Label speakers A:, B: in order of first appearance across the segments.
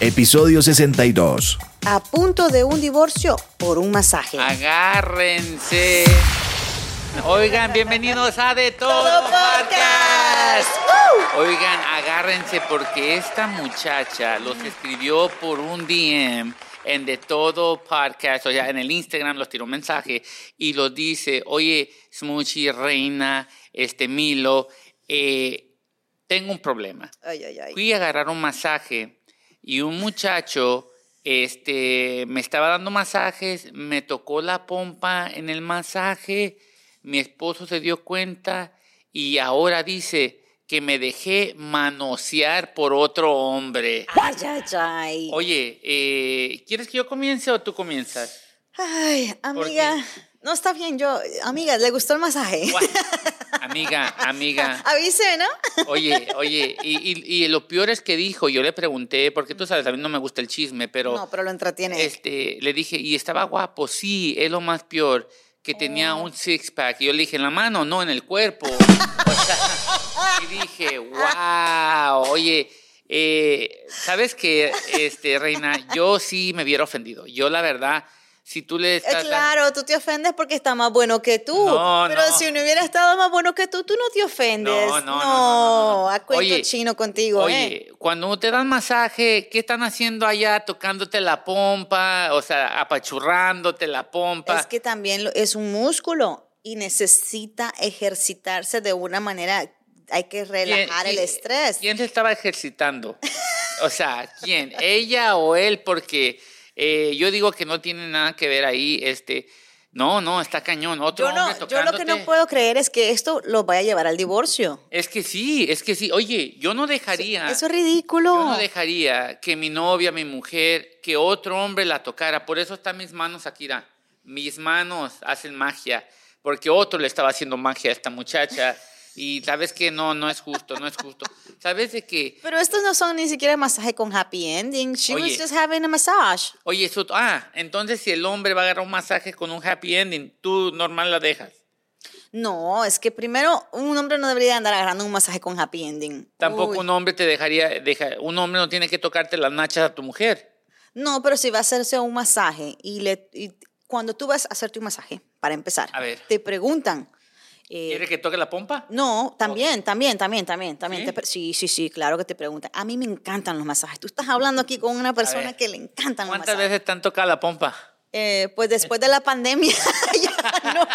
A: episodio 62.
B: A punto de un divorcio por un masaje.
C: Agárrense. Oigan, bienvenidos a De Todo, Podcast. Oigan, agárrense porque esta muchacha los escribió por un DM en De Todo Podcast, o sea, en el Instagram los tiró un mensaje y los dice, oye, Smoochie, Reina, este Milo, eh, tengo un problema.
B: Ay, ay, ay.
C: Fui a agarrar un masaje y un muchacho este, me estaba dando masajes, me tocó la pompa en el masaje, mi esposo se dio cuenta y ahora dice que me dejé manosear por otro hombre.
B: Ay, ay, ay.
C: Oye, eh, ¿quieres que yo comience o tú comienzas?
B: Ay, amiga. No está bien, yo. Amiga, ¿le gustó el masaje?
C: Guau. Amiga, amiga.
B: Avise, ¿no?
C: Oye, oye, y, y- y lo peor es que dijo, yo le pregunté, porque tú sabes, a mí no me gusta el chisme, pero...
B: No, pero lo entretiene. Eh,
C: Este, le dije, y estaba guapo, sí, es lo más peor, que tenía
B: Oh.
C: un six-pack. Y yo le dije, en la mano, no, en el cuerpo. O sea, y dije, wow, oye, eh, ¿sabes qué, este, Reina? Yo sí me hubiera ofendido. Yo, la verdad, si tú le
B: Eh,
C: estás...
B: Claro, tú te ofendes porque está más bueno que tú.
C: No,
B: pero
C: no.
B: si no hubiera estado más bueno que tú, tú no te ofendes.
C: No, no, no, no, no, no.
B: a cuento
C: Oye,
B: chino contigo, ¿eh?
C: Oye, cuando te dan masaje, ¿qué están haciendo allá? Tocándote la pompa, o sea, apachurrándote la pompa.
B: Es que también lo- es un músculo y necesita ejercitarse de una manera. Hay que relajar el
C: ¿Quién-
B: estrés.
C: ¿Quién se estaba ejercitando? O sea, ¿quién? ¿Ella o él? Porque eh, yo digo que no tiene nada que ver ahí. Este, no, no, está cañón. Otro
B: Yo, no,
C: hombre
B: yo lo que no
C: tocándote.
B: puedo creer es que esto los vaya a llevar al divorcio.
C: Es que sí, es que sí. Oye, yo no dejaría.
B: Eso es ridículo.
C: Yo no dejaría que mi novia, mi mujer, que otro hombre la tocara. Por eso están mis manos aquí. mira. Mis manos hacen magia. Porque otro le estaba haciendo magia a esta muchacha. Y sabes que no, no es justo, no es justo. ¿Sabes de qué?
B: Pero estos no son ni siquiera masaje con happy ending. She was
C: Oye.
B: just having a massage.
C: Oye, eso, ah, entonces si el hombre va a agarrar un masaje con un happy ending, tú normal la dejas.
B: No, es que primero un hombre no debería andar agarrando un masaje con happy ending.
C: Tampoco
B: Uy.
C: un hombre te dejaría, deja- un hombre no tiene que tocarte las nachas a tu mujer.
B: No, pero si va a hacerse un masaje y le y cuando tú vas a hacerte un masaje, para empezar,
C: A ver.
B: te preguntan. eh,
C: ¿Quiere que toque la pompa?
B: no, también, también, también, también, también.
C: ¿Sí?
B: te pre- ¿Sí? sí, sí, claro que te preguntan. A mí me encantan los masajes. Tú estás hablando aquí con una persona
C: ver.
B: que le encantan los
C: ¿Cuántas
B: masajes.
C: veces te han tocado la pompa?
B: Eh, pues después de la pandemia, ya no.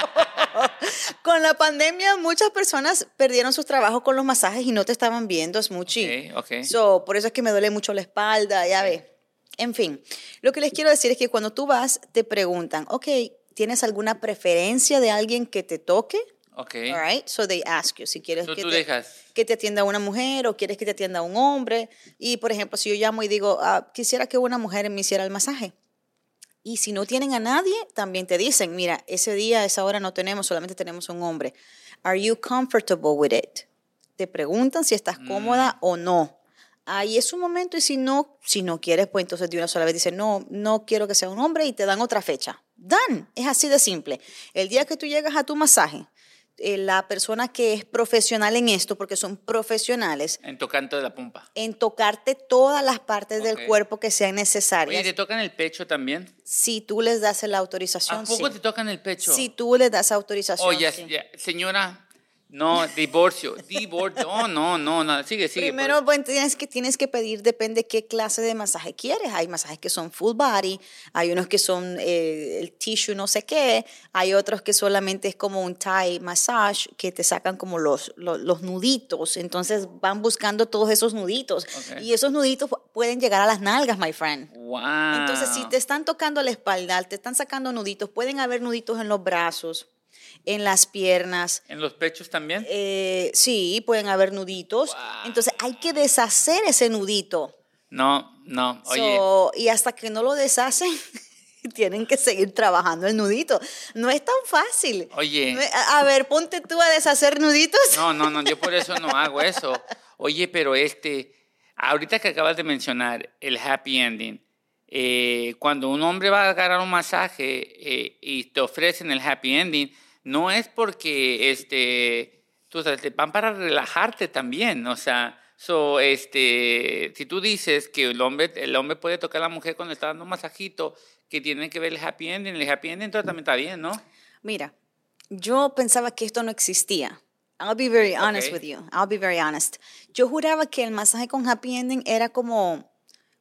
B: Con la pandemia, muchas personas perdieron sus trabajos con los masajes y no te estaban viendo, es mucho.
C: Ok, ok.
B: So, por eso es que me duele mucho la espalda, ya ves. En fin, lo que les quiero decir es que cuando tú vas, te preguntan, ok, ¿tienes alguna preferencia de alguien que te toque?
C: Ok.
B: All right, so they ask you si quieres
C: So
B: que
C: tú
B: te,
C: dejas.
B: que te atienda una mujer o quieres que te atienda un hombre. Y por ejemplo, si yo llamo y digo, "Ah, quisiera que una mujer me hiciera el masaje. Y si no tienen a nadie, también te dicen, mira, ese día, esa hora no tenemos, solamente tenemos un hombre. Are you comfortable with it? Te preguntan si estás cómoda o no. Ahí es un momento y si no, si no quieres, pues entonces de una sola vez dicen, no, no quiero que sea un hombre y te dan otra fecha. Dan, es así de simple. El día que tú llegas a tu masaje, eh, la persona que es profesional en esto, porque son profesionales,
C: En tocando de la pompa.
B: en tocarte todas las partes
C: Ok.
B: del cuerpo que sean
C: Oye,
B: necesarias,
C: ¿te tocan el pecho también?
B: si tú les das la
C: ¿A
B: autorización.
C: poco
B: sí.
C: te tocan el pecho?
B: Si tú les das autorización.
C: Oye,
B: sí.
C: señora, no, divorcio. Divorcio. No, no, no, no. Sigue, sigue. por
B: Primero, bueno, tienes que, tienes que pedir, depende qué clase de masaje quieres. Hay masajes que son full body, hay unos que son eh, el tissue no sé qué, hay otros que solamente es como un Thai massage, que te sacan como los, los, los nuditos, entonces van buscando todos esos nuditos.
C: Ok.
B: Y esos nuditos pu- pueden llegar a las nalgas, my friend.
C: Wow.
B: Entonces, si te están tocando la espalda, te están sacando nuditos, pueden haber nuditos en los brazos, en las piernas,
C: ¿En los pechos también?
B: eh, sí, pueden haber nuditos.
C: Guau.
B: Entonces hay que deshacer ese nudito.
C: No, no. Oye.
B: So, y hasta que no lo deshacen, tienen que seguir trabajando el nudito. No es tan fácil.
C: Oye.
B: No es- a, a ver, ponte tú a deshacer nuditos.
C: No, no, no, yo por eso no hago eso. Oye, pero este, ahorita que acabas de mencionar el happy ending, eh, cuando un hombre va a agarrar un masaje eh, y te ofrecen el happy ending, no es porque, este, tú sabes, te van para relajarte también, o sea, So, este, si tú dices que el hombre, el hombre puede tocar a la mujer cuando está dando un masajito, que tiene que ver el happy ending, el happy ending entonces también está bien, ¿no?
B: Mira, yo pensaba que esto no existía. I'll be very honest
C: Ok.
B: with you. I'll be very honest. Yo juraba que el masaje con happy ending era como,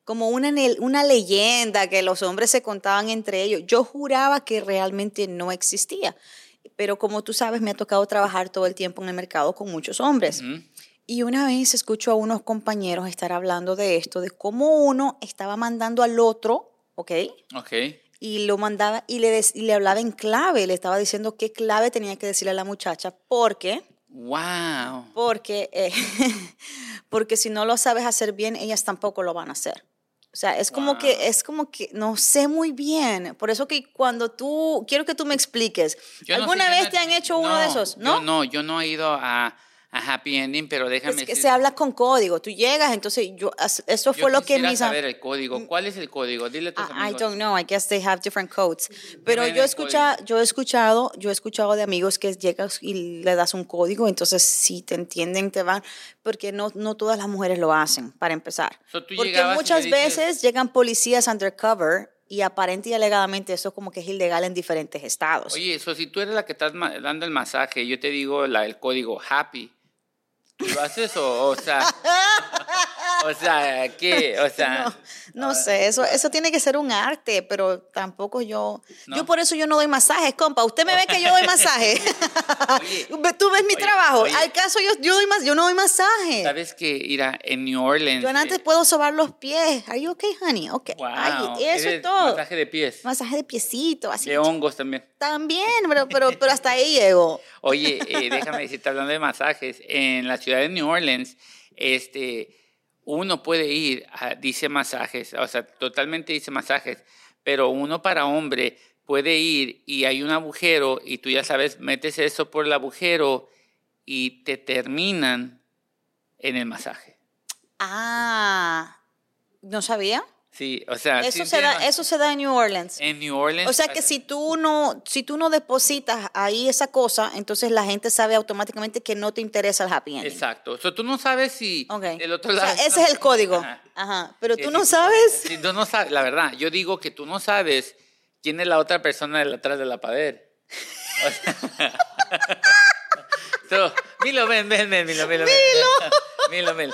B: como una, ne- una leyenda que los hombres se contaban entre ellos. Yo juraba que realmente no existía. Pero como tú sabes, me ha tocado trabajar todo el tiempo en el mercado con muchos hombres.
C: Ujú.
B: Y una vez escucho a unos compañeros estar hablando de esto, de cómo uno estaba mandando al otro, ¿ok?
C: Ok.
B: y lo mandaba y le, des- y le hablaba en clave, le estaba diciendo qué clave tenía que decirle a la muchacha, porque,
C: Wow.
B: porque, eh, porque si no lo sabes hacer bien, ellas tampoco lo van a hacer. O sea, es como
C: Wow.
B: que, es como que no sé muy bien. Por eso que cuando tú, quiero que tú me expliques.
C: Yo no
B: ¿Alguna
C: sé, yo
B: vez
C: no-
B: te han hecho uno de esos?
C: yo
B: No.
C: no, yo no he ido a, a happy ending, pero déjame
B: Es que
C: decir-
B: se habla con código. Tú llegas, entonces yo, as- eso
C: yo
B: fue lo que Mm.
C: quisiera
B: mis am-
C: saber el código. ¿Cuál es el código? Dile a tus
B: I I
C: amigos.
B: don't know. I guess they have different codes. Pero
C: Ponen
B: yo
C: el
B: escucha, yo he escuchado, yo he escuchado de amigos que llegas y le das un código, entonces si te entienden te van, porque no no todas las mujeres lo hacen para empezar.
C: So, tú
B: porque
C: llegabas y le
B: muchas
C: dices-
B: veces llegan policías undercover y aparente y alegadamente eso como que es ilegal en diferentes estados.
C: Oye, eso si tú eres la que estás ma- dando el masaje, yo te digo la- el código happy. ¿Tú lo haces o, o sea, o sea, qué, o sea,
B: No
C: Ah,
B: sé, eso, eso tiene que ser un arte, pero tampoco yo.
C: No.
B: Yo por eso yo no doy masajes, compa. Usted me ve que yo doy masaje.
C: Oye.
B: Ve- Tú ves mi
C: Oye,
B: trabajo.
C: oye.
B: Al caso yo, yo, doy mas- yo no doy masaje.
C: sabes que Ira, en New Orleans.
B: Yo antes
C: eh,
B: puedo sobar los pies. Are you okay, honey? Okay.
C: wow,
B: Ay, eso
C: eres
B: es todo. Masaje,
C: Masaje de pies,
B: de piecito, así.
C: de hongos también.
B: También, pero, pero, pero hasta ahí llego.
C: Oye, eh, déjame decirte, hablando de masajes, en la ciudad de New Orleans, este, uno puede ir, a- dice masajes, o sea, totalmente dice masajes, pero uno para hombre puede ir y hay un agujero y tú ya sabes, metes eso por el agujero y te terminan en el masaje.
B: Ah, ¿no sabía?
C: Sí, o sea,
B: Eso,
C: sí
B: se da,
C: entiendo.
B: eso se da en New Orleans.
C: en New Orleans.
B: O sea que
C: pasa-
B: si tú no, si tú no depositas ahí esa cosa, entonces la gente sabe automáticamente que no te interesa el happy ending.
C: Exacto. O sea, tú no sabes si
B: Ok.
C: el otro
B: O sea,
C: lado.
B: ese es el código.
C: Ajá.
B: Ajá. Pero
C: Sí,
B: tú
C: sí,
B: no
C: sí.
B: sabes.
C: Sí, tú no sabes, la verdad, yo digo que tú no sabes quién es la otra persona del atrás de la pared. O sea, So, Milo, ven, ven, ven, Milo, Milo. ven. Milo, Milo.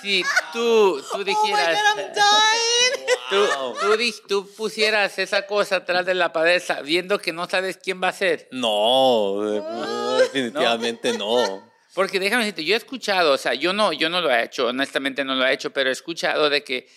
C: Si tú, tú
B: Oh my
C: dijeras,
B: God, I'm dying.
C: tú, tú, di- tú pusieras esa cosa atrás de la pared sabiendo que no sabes quién va a ser.
D: No,
B: Ah.
D: de- definitivamente no.
C: Porque déjame decirte, yo he escuchado, o sea, yo no, yo no lo he hecho, honestamente no lo he hecho, pero he escuchado de que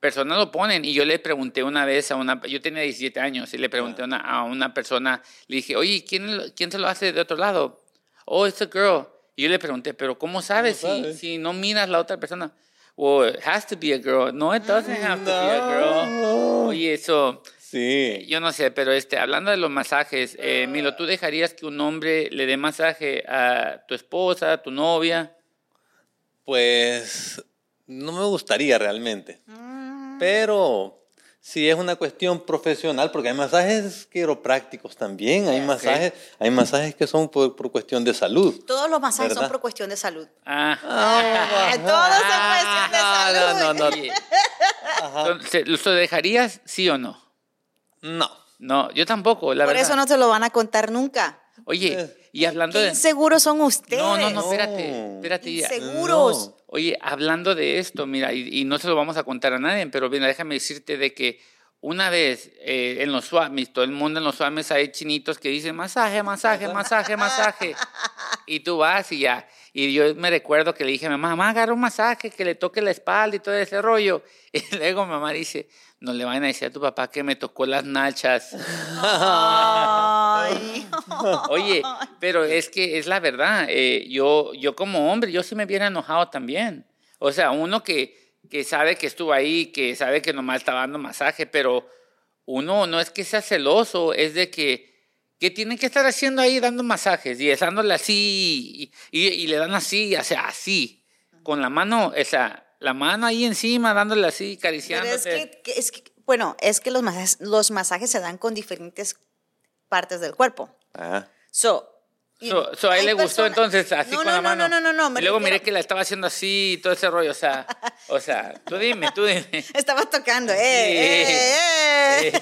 C: personas lo ponen y yo le pregunté una vez a una, yo tenía 17 años y le pregunté a una- a una persona, le dije, oye, ¿quién, lo- ¿quién se lo hace de otro lado? Oh, it's a girl. Y yo le pregunté, pero ¿cómo sabes,
D: ¿Cómo
C: si-
D: sabes?
C: Si, no miras la otra persona? Well, it has to be a girl. No, it doesn't have to be a girl.
D: Mm, No.
C: Oye, eso...
D: Sí.
C: Yo no sé, pero este, hablando de los masajes, eh, Milo, ¿tú dejarías que un hombre le dé masaje a tu esposa, a tu novia?
D: Pues no me gustaría realmente.
B: Ah.
D: Pero si es una cuestión profesional, porque hay masajes quiroprácticos también, hay
C: Ok.
D: masajes, hay masajes que son por, por cuestión de salud.
B: Todos los masajes
D: ¿Verdad?
B: son por cuestión de salud.
C: Ah,
B: Eh, Todos son cuestión de salud.
D: no, no, no.
C: Oye,
D: Ajá.
C: ¿se- ¿Lo dejarías, sí o no?
D: No.
C: No, yo tampoco, la
B: Por
C: verdad.
B: eso no te lo van a contar nunca.
C: Oye, y hablando
B: Qué
C: de...
B: inseguros son ustedes.
C: No, no, no, espérate,
D: No.
C: espérate. ya.
B: Inseguros.
D: No.
C: Oye, hablando de esto, mira, y, y no se lo vamos a contar a nadie, pero mira, déjame decirte de que una vez eh, en los swamis, todo el mundo en los swamis hay chinitos que dicen masaje, masaje, masaje, masaje. Y tú vas y ya. Y yo me recuerdo que le dije a mi mamá, mamá, agarra un masaje, que le toque la espalda y todo ese rollo. Y luego mi mamá dice, no le vayan a decir a tu papá que me tocó las nachas.
B: Ay.
C: Oye, pero es que es la verdad. eh, yo, yo como hombre, yo sí me hubiera enojado también. O sea, uno que, que sabe que estuvo ahí, que sabe que nomás estaba dando masaje, pero uno no es que sea celoso, es de que, que tiene que estar haciendo ahí dando masajes y es dándole así y, y- y le dan así, o sea, así, con la mano, o sea, la mano ahí encima, dándole así,
B: Pero
C: acariciándote.
B: es que, que- es que- bueno, es que los masajes, los masajes se dan con diferentes partes del cuerpo.
D: Ah,
B: So, Y
C: So, so, a él
B: hay
C: le gustó
B: persona-
C: entonces así
B: no,
C: con
B: no,
C: la
B: no,
C: mano.
B: No, no, no, no. me
C: Y luego
B: refiero-
C: miré que la estaba haciendo así y todo ese rollo. O sea, o sea tú dime, tú dime.
B: Estabas tocando, eh,
C: Sí.
B: eh,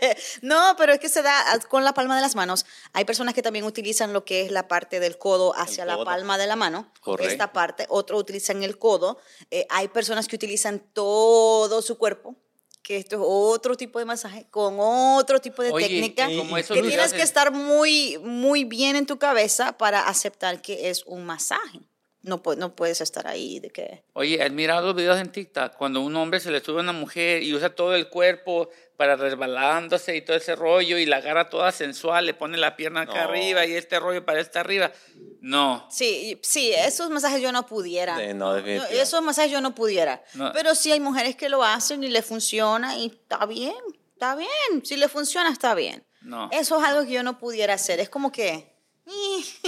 B: eh. No, pero es que se da ah, con la palma de las manos. Hay personas que también utilizan lo que es la parte del codo hacia la
D: codo.
B: palma de la mano.
D: Correcto.
B: Esta parte. Otros utilizan el codo. Eh, hay personas que utilizan todo su cuerpo que esto es otro tipo de masaje con otro tipo de
C: Oye,
B: técnica
C: y como eso
B: que
C: lo
B: tienes
C: hacen-
B: que estar muy muy bien en tu cabeza para aceptar que es un masaje no, pu- no puedes estar ahí de que
C: Oye, ¿has mirado los videos en TikTok? Cuando un hombre se le sube a una mujer y usa todo el cuerpo para resbalándose y todo ese rollo y la agarra toda sensual, le pone la pierna acá
D: No.
C: arriba y este rollo para este arriba. No.
B: Sí, sí, esos masajes yo no pudiera.
D: Sí, no,
B: Yo-
D: definitivamente.
B: esos masajes yo no pudiera.
C: No.
B: Pero sí hay mujeres que lo hacen y le funciona y está bien, está bien. Si le funciona, está bien.
C: No.
B: Eso es algo que yo no pudiera hacer. Es como que...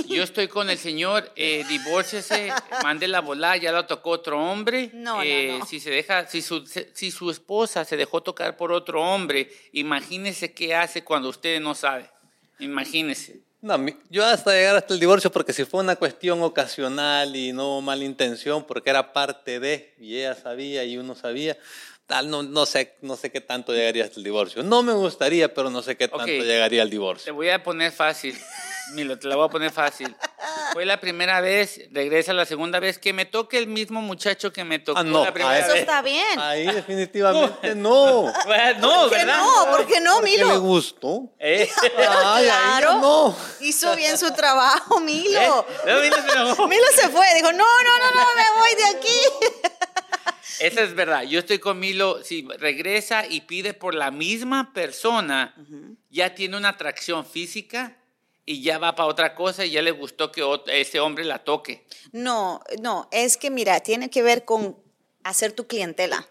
C: Yo estoy con el señor, eh, divórciese, mande la bola, ya la tocó otro hombre.
B: No, no,
C: Eh,
B: no.
C: Si se deja, si su, se- si su esposa se dejó tocar por otro hombre, imagínese qué hace cuando usted no sabe. Imagínese.
D: No, mi- yo hasta llegar hasta el divorcio porque si fue una cuestión ocasional y no malintención porque era parte de y ella sabía y uno sabía, tal no, no sé no sé qué tanto llegaría hasta el divorcio. No me gustaría, pero no sé qué tanto
C: Ok.
D: llegaría al
C: Te
D: divorcio.
C: voy a poner fácil. Milo, te la voy a poner fácil. Fue la primera vez, regresa la segunda vez, que me toque el mismo muchacho que me tocó
D: Ah, no,
C: la
D: a
C: primera
B: Eso
D: ver.
C: vez.
B: está bien.
D: Ahí definitivamente no.
C: Bueno, No,
B: ¿Por qué
C: ¿verdad?
B: no? ¿Por qué no,
D: Porque
B: Milo?
D: me gustó.
C: Eh,
D: Ay, ahí ya
B: claro.
D: no.
B: Hizo bien su trabajo, Milo.
C: eh, no, Milo se enojó.
B: Milo se fue. Dijo, no, no, no, no, me voy de aquí.
C: Esa es verdad. Yo estoy con Milo. Si regresa y pide por la misma persona, ya tiene una atracción física y ya va para otra cosa y ya le gustó que ot- ese hombre la toque.
B: No, no, es que mira, tiene que ver con hacer tu clientela.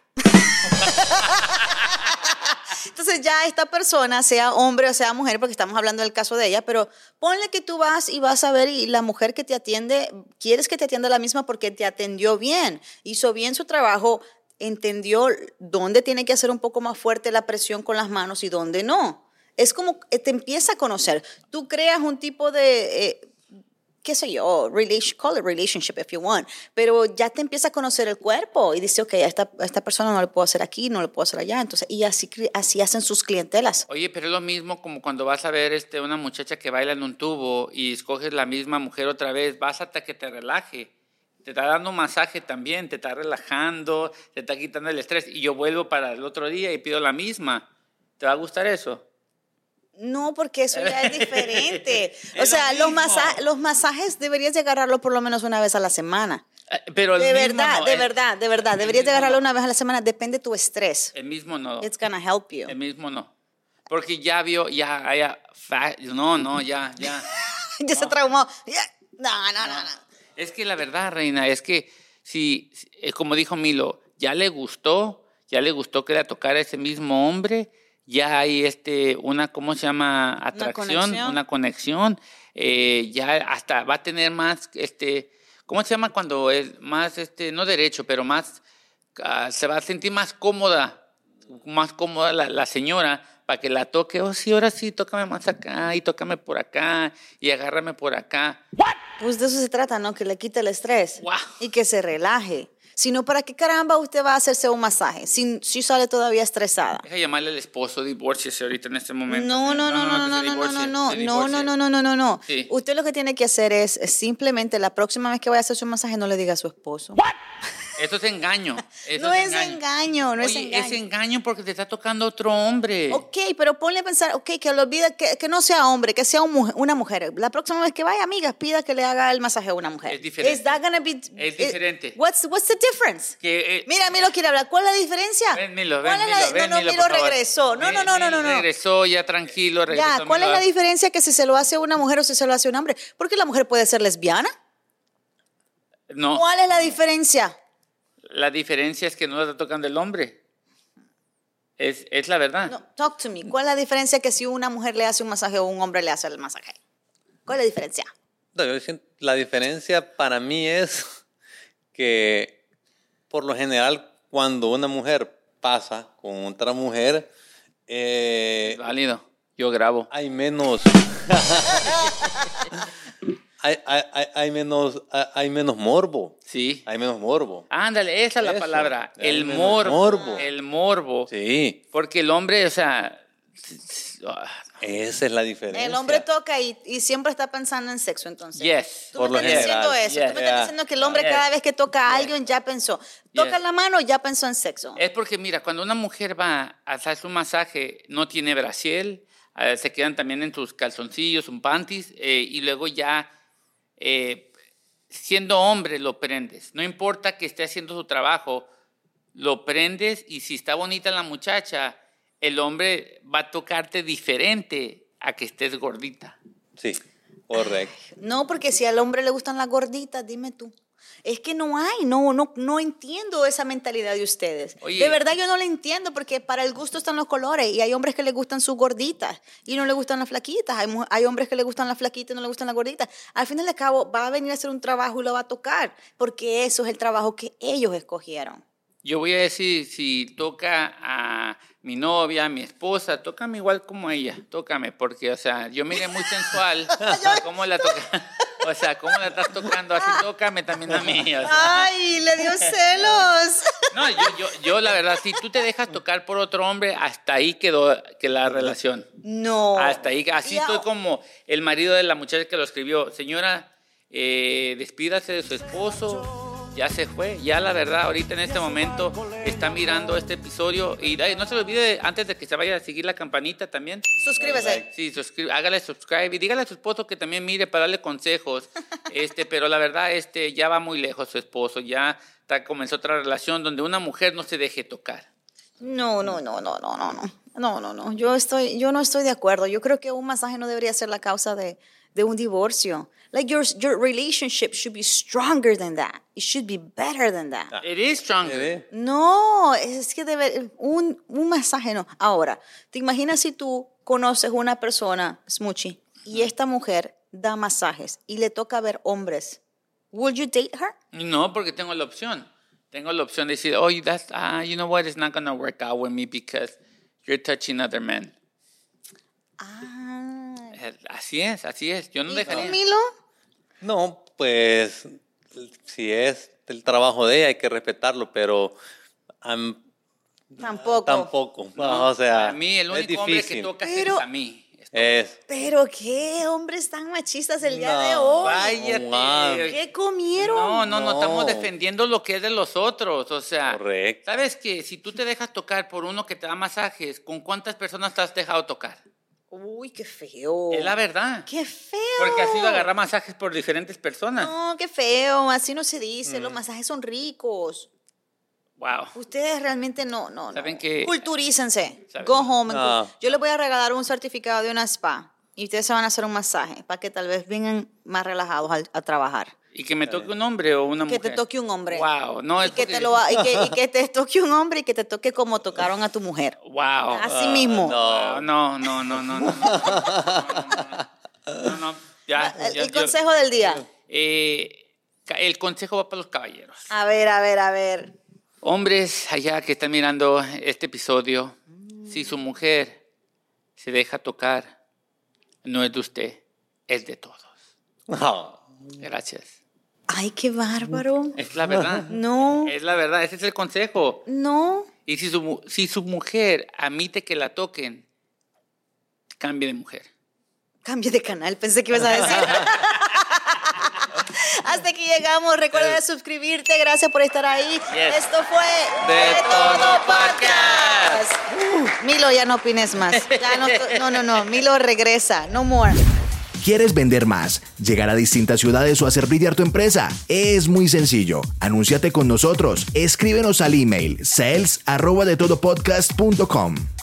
B: Entonces ya esta persona, sea hombre o sea mujer, porque estamos hablando del caso de ella, pero ponle que tú vas y vas a ver y la mujer que te atiende, quieres que te atienda la misma porque te atendió bien, hizo bien su trabajo, entendió dónde tiene que hacer un poco más fuerte la presión con las manos y dónde no. Es como eh, te empieza a conocer. Tú creas un tipo de... eh, qué sé yo, relation, call it relationship if you want, pero ya te empieza a conocer el cuerpo y dice, ok, a esta, a esta persona no le puedo hacer aquí, no le puedo hacer allá, entonces, y así, cre- así hacen sus clientelas.
C: Oye, pero es lo mismo como cuando vas a ver este, una muchacha que baila en un tubo y escoges la misma mujer otra vez, vas hasta que te relaje. Te está dando un masaje también, te está relajando, te está quitando el estrés. Y yo vuelvo para el otro día y pido la misma. ¿Te va a gustar eso?
B: No, porque eso ya es diferente.
C: Es
B: o
C: lo
B: sea, los,
C: mismo.
B: masa- los masajes deberías de agarrarlo por lo menos una vez a la semana.
C: Eh, Pero el
B: De
C: mismo
B: verdad,
C: no,
B: de
C: el-
B: verdad, de verdad,
C: el
B: deberías de
C: mismo
B: agarrarlo
C: no.
B: una vez a la semana, depende de tu estrés.
C: El mismo no. Em,
B: It's gonna help you.
C: El mismo no. Porque ya vio, ya, ya, fa- no, no, ya, ya.
B: ya se traumó. Ya- No, no, no, no.
C: Es que la verdad, reina, es que si, si- eh, como dijo Milo, ya le gustó, ya le gustó que la tocara ese mismo hombre, ya hay este, una, ¿cómo se llama? Atracción,
B: conexión.
C: una conexión, eh, ya hasta va a tener más, este, ¿cómo se llama cuando es más, este, no derecho, pero más, ah, se va a sentir más cómoda, más cómoda la, la señora para que la toque, oh sí, ahora sí, tócame más acá y tócame por acá y agárrame por acá.
B: Pues de eso se trata, ¿no? Que le quite el estrés
C: Guau.
B: y que se relaje. Si no, ¿para qué caramba usted va a hacerse un masaje si, si sale todavía estresada?
C: Deja llamarle al esposo, divórciese ahorita en este momento.
B: No, no, no, no, no,
C: que se
B: no, no, no,
C: divorcie,
B: no,
C: se
B: no, no,
C: divorcie.
B: no, no, no, no, no.
C: Sí.
B: Usted lo que tiene que hacer es eh, simplemente la próxima vez que vaya a hacerse un masaje no le diga a su esposo.
C: Eso es engaño. eso
B: No es engaño, no es
C: Oye,
B: engaño.
C: Es engaño porque te está tocando otro hombre.
B: Ok, pero ponle a pensar, ok, que lo olvida, que, que no sea hombre, que sea un mujer- una mujer. La próxima vez que vaya, amigas, pida que le haga el masaje a una mujer.
C: Es diferente.
B: Is that gonna be-
C: Es diferente.
B: What's, what's the difference?
C: Que, eh,
B: Mira, Milo quiere hablar. ¿Cuál es la diferencia?
C: ven, Milo,
B: ¿Cuál
C: ven,
B: es la-
C: Milo, ven,
B: No, no,
C: Milo,
B: Milo
C: por favor.
B: regresó. No,
C: Ven,
B: no, no, no,
C: Milo
B: no, no.
C: Regresó ya tranquilo, regresó.
B: Ya, ¿cuál es
C: Milo.
B: la diferencia que si se lo hace a una mujer o si se lo hace a un hombre? Porque la mujer puede ser lesbiana.
C: No,
B: ¿Cuál es la diferencia?
C: la diferencia es que no la está tocando el hombre. Es, es la verdad.
B: No, talk to me. ¿Cuál es la diferencia que si una mujer le hace un masaje o un hombre le hace el masaje? ¿Cuál es la diferencia?
D: No, yo siento- la diferencia para mí es que por lo general cuando una mujer pasa con otra mujer eh,
C: Válido. Yo grabo.
D: hay menos hay, hay, hay- hay menos, hay, hay menos morbo.
C: Sí.
D: Hay menos morbo.
C: Ándale, esa es la
D: Eso,
C: palabra.
D: hay
C: El
D: menos
C: morbo.
D: morbo.
C: El morbo.
D: Sí,
C: Porque el hombre, o sea. s- s- ah,
D: esa es la diferencia.
B: El hombre toca y, y siempre está pensando en sexo, entonces.
C: Yes.
B: Tú
D: Por
B: me
D: lo
B: estás diciendo
D: general.
B: eso.
C: Yes.
B: Tú me
D: Yeah.
B: estás diciendo que el hombre
C: Yes.
B: cada vez que toca a alguien ya pensó. Toca
C: Yes.
B: la mano, ya pensó en sexo.
C: Es porque, mira, cuando una mujer va a hacerse un masaje, no tiene brasiel, eh, se quedan también en sus calzoncillos, un panties, eh, y luego ya, eh, siendo hombre, lo prendes. No importa que esté haciendo su trabajo, lo prendes y si está bonita la muchacha, el hombre va a tocarte diferente a que estés gordita.
D: Sí, correcto.
B: No, porque si al hombre le gustan las gorditas, dime tú. Es que no hay, no, no, no entiendo esa mentalidad de ustedes.
C: Oye.
B: De verdad yo no la entiendo porque para el gusto están los colores y hay hombres que les gustan sus gorditas y no les gustan las flaquitas. Hay, mu- hay hombres que les gustan las flaquitas y no les gustan las gorditas. Al final de cabo va a venir a hacer un trabajo y lo va a tocar porque eso es el trabajo que ellos escogieron.
C: Yo voy a decir, si toca a mi novia, a mi esposa, tócame igual como ella, tócame, porque, o sea, yo miré muy sensual cómo la toca, o sea, cómo la estás tocando, así tócame también a mí. o sea.
B: ¡Ay, le dio celos!
C: No, yo, yo, yo, la verdad, si tú te dejas tocar por otro hombre, hasta ahí quedó que la relación.
B: No.
C: Hasta ahí, así
B: Y
C: estoy
B: a-
C: como el marido de la muchacha que lo escribió. Señora, eh, despídase de su esposo, ya se fue, ya la verdad, ahorita en este momento está mirando este episodio y ay, no se le olvide antes de que se vaya a seguir la campanita también.
B: Suscríbase.
C: Sí, suscri- hágale subscribe y dígale a su esposo que también mire para darle consejos. Este, pero la verdad, este, ya va muy lejos su esposo, ya está- comenzó otra relación donde una mujer no se deje tocar.
B: No, no, no, no, no, no, no. No, no, no. Yo, estoy, yo no estoy de acuerdo. Yo creo que un masaje no debería ser la causa de, de un divorcio. Like your, your relationship should be stronger than that. It should be better than that.
D: Ah.
C: It is stronger.
D: ¿Eh?
B: No, es que debe, un, un masaje no. Ahora, ¿te imaginas si tú conoces una persona, Smoochie, y esta mujer da masajes y le toca ver hombres? Will you date her?
C: No, porque tengo la opción. Tengo la opción de decir, oh, that's, ah, you know what, it's not going to work out with me because you're touching other men.
B: Ah.
C: Eh, Así es, así es. Yo no
B: ¿Y tú,
C: dejaría.
B: Milo?
D: No, pues si es el trabajo de ella hay que respetarlo, pero am-
B: Tampoco.
D: tampoco. No, o sea,
C: a mí el
D: es
C: único hombre que
D: difícil.
C: toca
B: Pero-
C: es a mí.
D: es
B: Pero qué hombres tan machistas el día
D: No,
B: de hoy.
C: Váyate.
D: wow.
B: ¿Qué comieron?
C: No, no, no, estamos
D: No.
C: defendiendo lo que es de los otros, o sea,
D: Correcto.
C: ¿sabes que si tú te dejas tocar por uno que te da masajes, ¿con cuántas personas te has dejado tocar?
B: Uy, qué feo.
C: Es la verdad.
B: Oh. Qué feo.
C: Porque has ido a agarrar masajes por diferentes personas.
B: No, qué feo. Así no se dice.
C: Mm.
B: Los masajes son ricos.
C: Wow.
B: Ustedes realmente no, no, no.
C: ¿Saben qué?
B: Culturícense.
C: ¿Saben?
B: Go home. and
D: No.
B: cul- Yo les voy a regalar un certificado de una spa. Y ustedes se van a hacer un masaje para que tal vez vengan más relajados al- a trabajar.
C: Y que me toque un hombre o una
B: Que
C: mujer.
B: te toque un hombre.
C: Wow, no
B: y
C: es
B: que, te
C: porque-
B: lo, va- y, que, y que te toque un hombre y que te toque como tocaron a tu mujer.
C: Wow.
B: Así mismo.
C: Wow, No, no, no, no, no. No, no, no, no, ya,
B: El,
C: ya,
B: Eh, el
C: yo-
B: consejo del día.
C: Eh, ca- el consejo va para los caballeros.
B: A ver, a ver, a ver.
C: Hombres allá que están mirando este episodio, si su mujer se deja tocar, no es de usted, es de todos.
D: No.
C: Gracias.
B: Ay, qué bárbaro.
C: Es la verdad.
B: No,
C: Es la verdad, ese es el consejo.
B: no.
C: Y si su, mu- si su mujer admite que la toquen, cambie de mujer.
B: Cambio de canal, pensé que ibas a decir. Hasta aquí llegamos. Recuerda suscribirte. Gracias por estar ahí.
C: Yes.
B: Esto fue
C: De Todo Podcast.
B: Podcast. Uh, Milo, ya no opines más. Ya no, no, no, no. Milo regresa. No more.
A: ¿Quieres vender más, llegar a distintas ciudades o hacer brillar tu empresa? Es muy sencillo. Anúnciate con nosotros. Escríbenos al email sales@detodopodcast.com.